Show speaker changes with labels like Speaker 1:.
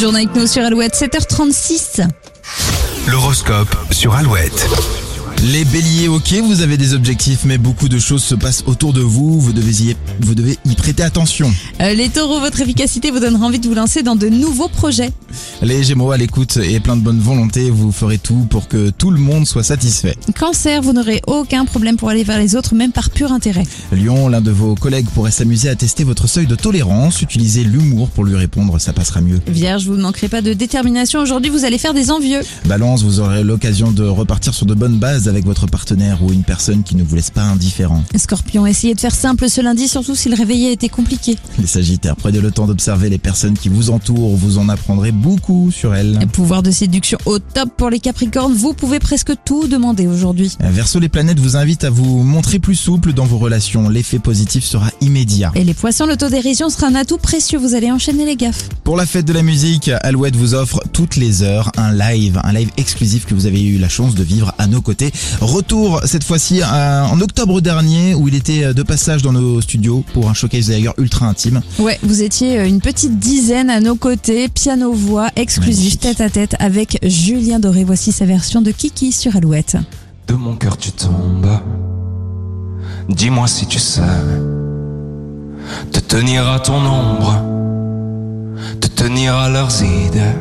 Speaker 1: journée avec nous sur Alouette, 7h36.
Speaker 2: L'horoscope sur Alouette.
Speaker 3: Les béliers, ok, vous avez des objectifs, mais beaucoup de choses se passent autour de vous, vous devez y, vous devez y prêter attention.
Speaker 1: Euh, les taureaux, votre efficacité vous donnera envie de vous lancer dans de nouveaux projets.
Speaker 3: Les gémeaux à l'écoute et plein de bonne volonté, vous ferez tout pour que tout le monde soit satisfait.
Speaker 1: Cancer, vous n'aurez aucun problème pour aller vers les autres, même par pur intérêt.
Speaker 3: Lyon, l'un de vos collègues pourrait s'amuser à tester votre seuil de tolérance, utilisez l'humour pour lui répondre, ça passera mieux.
Speaker 1: Vierge, vous ne manquerez pas de détermination. Aujourd'hui, vous allez faire des envieux.
Speaker 3: Balance, vous aurez l'occasion de repartir sur de bonnes bases avec votre partenaire ou une personne qui ne vous laisse pas indifférent.
Speaker 1: Scorpion, essayez de faire simple ce lundi, surtout si le réveillé était compliqué.
Speaker 3: Les sagittaires, prenez le temps d'observer les personnes qui vous entourent, vous en apprendrez beaucoup sur elles.
Speaker 1: Pouvoir de séduction au top pour les capricornes, vous pouvez presque tout demander aujourd'hui.
Speaker 3: Euh, Verso, les planètes vous invitent à vous montrer plus souple dans vos relations, l'effet positif sera immédiat.
Speaker 1: Et les poissons, l'autodérision sera un atout précieux, vous allez enchaîner les gaffes.
Speaker 3: Pour la fête de la musique, Alouette vous offre toutes les heures un live, un live exclusif que vous avez eu la chance de vivre à nos côtés. Retour cette fois-ci à- en octobre dernier où il était euh, de passage dans nos studios pour un showcase d'ailleurs ultra intime.
Speaker 1: Ouais, vous étiez euh, une petite dizaine à nos côtés, piano-voix, exclusif,
Speaker 3: Magnifique.
Speaker 1: tête à tête avec Julien Doré. Voici sa version de Kiki sur Alouette.
Speaker 4: De mon cœur tu tombes. Dis-moi si tu sais te tenir à ton ombre, te tenir à leurs idées.